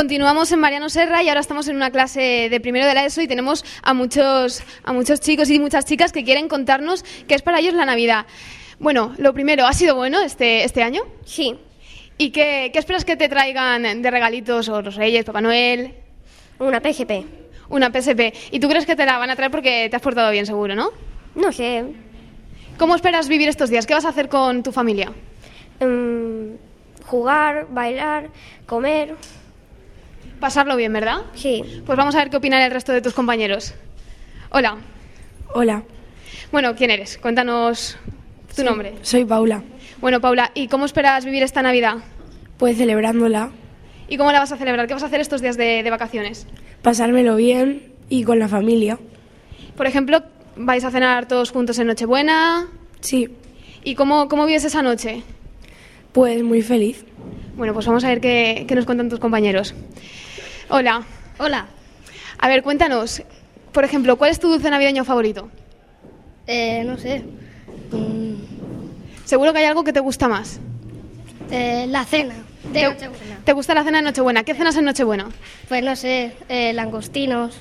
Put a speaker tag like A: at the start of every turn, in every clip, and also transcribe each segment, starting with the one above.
A: Continuamos en Mariano Serra y ahora estamos en una clase de primero de la ESO y tenemos a muchos, a muchos chicos y muchas chicas que quieren contarnos qué es para ellos la Navidad. Bueno, lo primero, ¿ha sido bueno este, este año?
B: Sí,
A: ¿Y qué, qué esperas que te traigan de regalitos o los Reyes, Papá Noel,
B: una PGP.
A: una PSP? ¿Y tú crees que te la van a traer porque te has portado bien seguro, no?
B: No sé.
A: ¿Cómo esperas vivir estos días? ¿Qué vas a hacer con tu familia?
B: mm, jugar, bailar, comer.
A: Pasarlo bien, ¿verdad?
B: Sí.
A: Pues vamos a ver qué opinan el resto de tus compañeros. Hola.
C: Hola,
A: Bueno, ¿quién eres? Cuéntanos tu nombre.
C: soy Paula.
A: Bueno, Paula, ¿y cómo esperas vivir esta Navidad?
C: Pues celebrándola,
A: ¿Y cómo la vas a celebrar? ¿Qué vas a hacer estos días de, de vacaciones?
C: pasármelo bien y con la familia.
A: Por ejemplo, ¿vais a cenar todos juntos en Nochebuena?
C: Sí,
A: ¿Y cómo, cómo vives esa noche?
C: pues muy feliz.
A: Bueno, pues vamos a ver qué, qué nos cuentan tus compañeros. Hola.
D: Hola,
A: A ver, cuéntanos, por ejemplo, ¿cuál es tu dulce navideño favorito?
D: eh, no sé. Mm,
A: Seguro que hay algo que te gusta más.
D: eh, la cena de
A: ¿Te-
D: Nochebuena.
A: ¿Te gusta la cena de Nochebuena? ¿Qué cenas en Nochebuena?
D: Pues no sé, eh, langostinos,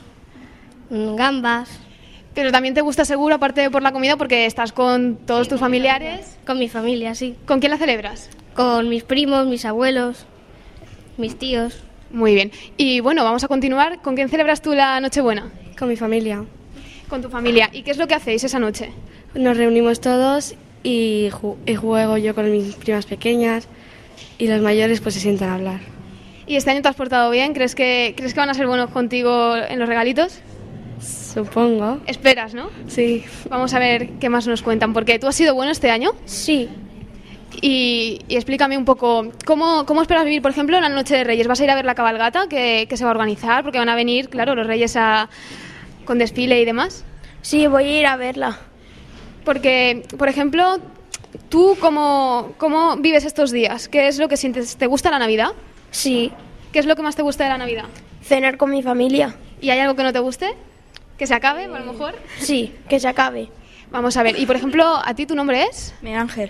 D: mm, gambas,
A: Pero también te gusta seguro, aparte por la comida, porque estás con todos tus familiares.
D: con mi familia, sí.
A: ¿Con quién la celebras?
D: Con mis primos, mis abuelos, mis tíos.
A: Muy bien. Y bueno, vamos a continuar. ¿Con quién celebras tú la Nochebuena?
C: Con mi familia.
A: Con tu familia. ¿Y qué es lo que hacéis esa noche?
C: Nos reunimos todos y, ju- y juego yo con mis primas pequeñas y los mayores pues se sientan a hablar.
A: ¿Y este año te has portado bien? ¿Crees que, ¿crees que van a ser buenos contigo en los regalitos?
C: Supongo.
A: Esperas, ¿no?
C: Sí.
A: Vamos a ver qué más nos cuentan, porque tú has sido bueno este año
C: Sí.
A: y, y explícame un poco ¿cómo, cómo esperas vivir, por ejemplo, la noche de Reyes. ¿Vas a ir a ver la cabalgata que, que se va a organizar? Porque van a venir, claro, los Reyes a- con desfile y demás.
C: Sí, voy a ir a verla.
A: Porque, por ejemplo, ¿tú cómo, cómo vives estos días? ¿Qué es lo que sientes? ¿Te gusta la Navidad?
C: Sí.
A: ¿Qué es lo que más te gusta de la Navidad?
C: Cenar con mi familia.
A: ¿Y hay algo que no te guste? ¿Que se acabe, a lo mejor?
C: Sí, que se acabe.
A: Vamos a ver. Y, por ejemplo, ¿a ti tu nombre es?
E: Miguel Ángel,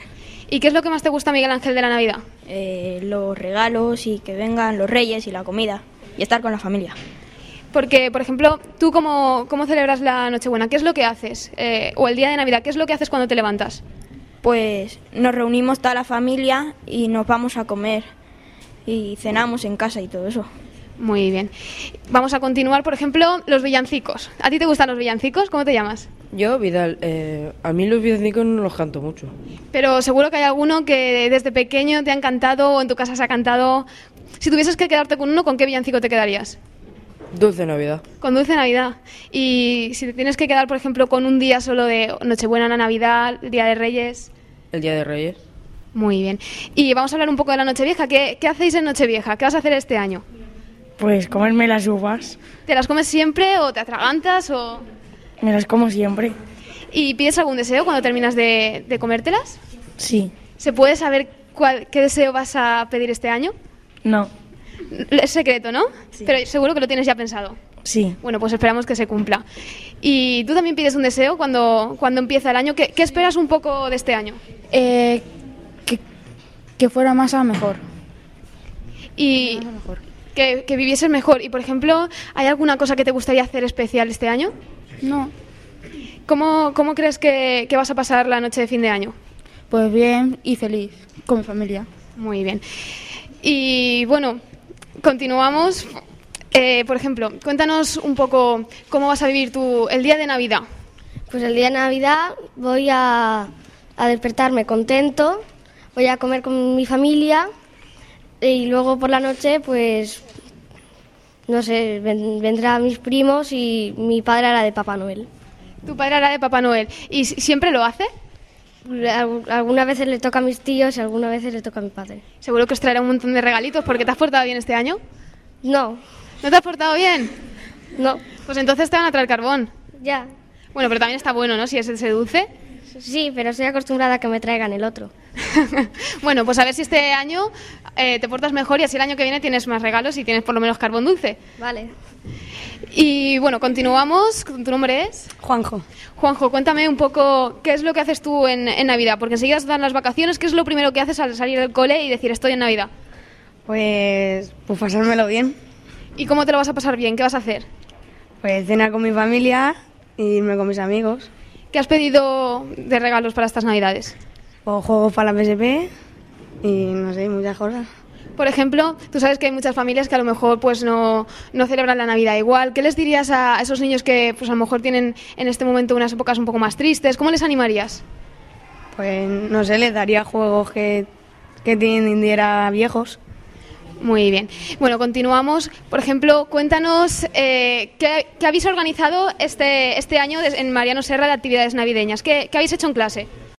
A: ¿Y qué es lo que más te gusta, Miguel Ángel, de la Navidad?
E: eh, los regalos y que vengan los reyes y la comida y estar con la familia.
A: Porque, por ejemplo, ¿tú cómo, cómo celebras la Nochebuena? ¿Qué es lo que haces? Eh, o el día de Navidad, ¿qué es lo que haces cuando te levantas?
E: Pues nos reunimos toda la familia y nos vamos a comer y cenamos en casa y todo eso.
A: Muy bien. Vamos a continuar, por ejemplo, los villancicos. ¿A ti te gustan los villancicos? ¿Cómo te llamas?
F: Yo, Vidal, eh, a mí los villancicos no los canto mucho.
A: Pero seguro que hay alguno que desde pequeño te han cantado o en tu casa se ha cantado. Si tuvieses que quedarte con uno, ¿con qué villancico te quedarías?
F: Dulce Navidad.
A: Con Dulce Navidad. Y si te tienes que quedar, por ejemplo, con un día solo de Nochebuena, la Navidad, el Día de Reyes.
F: El Día de Reyes.
A: Muy bien. Y vamos a hablar un poco de la Nochevieja. ¿Qué, qué hacéis en Nochevieja? ¿Qué vas a hacer este año?
G: Pues comerme las uvas.
A: ¿Te las comes siempre o te atragantas o...?
G: Me las como siempre.
A: ¿Y pides algún deseo cuando terminas de, de comértelas?
G: Sí.
A: ¿Se puede saber cuál, qué deseo vas a pedir este año?
G: No.
A: Es secreto, ¿no? Pero seguro que lo tienes ya pensado.
G: Sí.
A: Bueno, pues esperamos que se cumpla. ¿Y tú también pides un deseo cuando, cuando empieza el año? ¿Qué, qué esperas un poco de este año?
H: Eh, que, que fuera más a mejor.
A: Y que, que vivieses mejor. Y, por ejemplo, ¿hay alguna cosa que te gustaría hacer especial este año?
H: No,
A: ¿Cómo, cómo crees que, que vas a pasar la noche de fin de año?
H: pues bien y feliz con mi familia.
A: Muy bien. Y bueno, continuamos. Eh, por ejemplo, cuéntanos un poco cómo vas a vivir tú el día de Navidad.
D: Pues el día de Navidad voy a, a despertarme contento, voy a comer con mi familia y luego por la noche, pues, no sé, ven- vendrán mis primos y mi padre hará de Papá Noel.
A: Tu padre hará de Papá Noel. ¿Y si- siempre lo hace?
D: Al- Algunas veces le toca a mis tíos y algunas veces le toca a mi padre.
A: Seguro que os traerá un montón de regalitos porque te has portado bien este año.
D: No,
A: ¿No te has portado bien?
D: no,
A: Pues entonces te van a traer carbón.
D: ya.
A: Bueno, pero también está bueno, ¿no? Si es ese dulce.
D: Sí, pero estoy acostumbrada a que me traigan el otro.
A: bueno, pues a ver si este año eh, te portas mejor y así el año que viene tienes más regalos y tienes por lo menos carbón dulce.
D: Vale.
A: Y bueno, continuamos. ¿Tu nombre es?
I: Juanjo,
A: Juanjo, cuéntame un poco qué es lo que haces tú en, en Navidad, porque enseguida se dan las vacaciones, ¿qué es lo primero que haces al salir del cole y decir estoy en Navidad?
I: pues, pues pasármelo bien.
A: ¿Y cómo te lo vas a pasar bien? ¿Qué vas a hacer?
G: Pues cenar con mi familia y irme con mis amigos.
A: ¿Qué has pedido de regalos para estas navidades?
G: O juegos para la PSP y no sé, muchas cosas.
A: Por ejemplo, tú sabes que hay muchas familias que a lo mejor pues no, no celebran la Navidad igual. ¿Qué les dirías a esos niños que pues a lo mejor tienen en este momento unas épocas un poco más tristes? ¿Cómo les animarías?
G: Pues no sé, les daría juegos que, que tendiera viejos.
A: Muy bien. Bueno, continuamos. Por ejemplo, cuéntanos eh, ¿qué, qué habéis organizado este, este año des- en Mariano Serra de actividades navideñas. ¿Qué, qué habéis hecho en clase?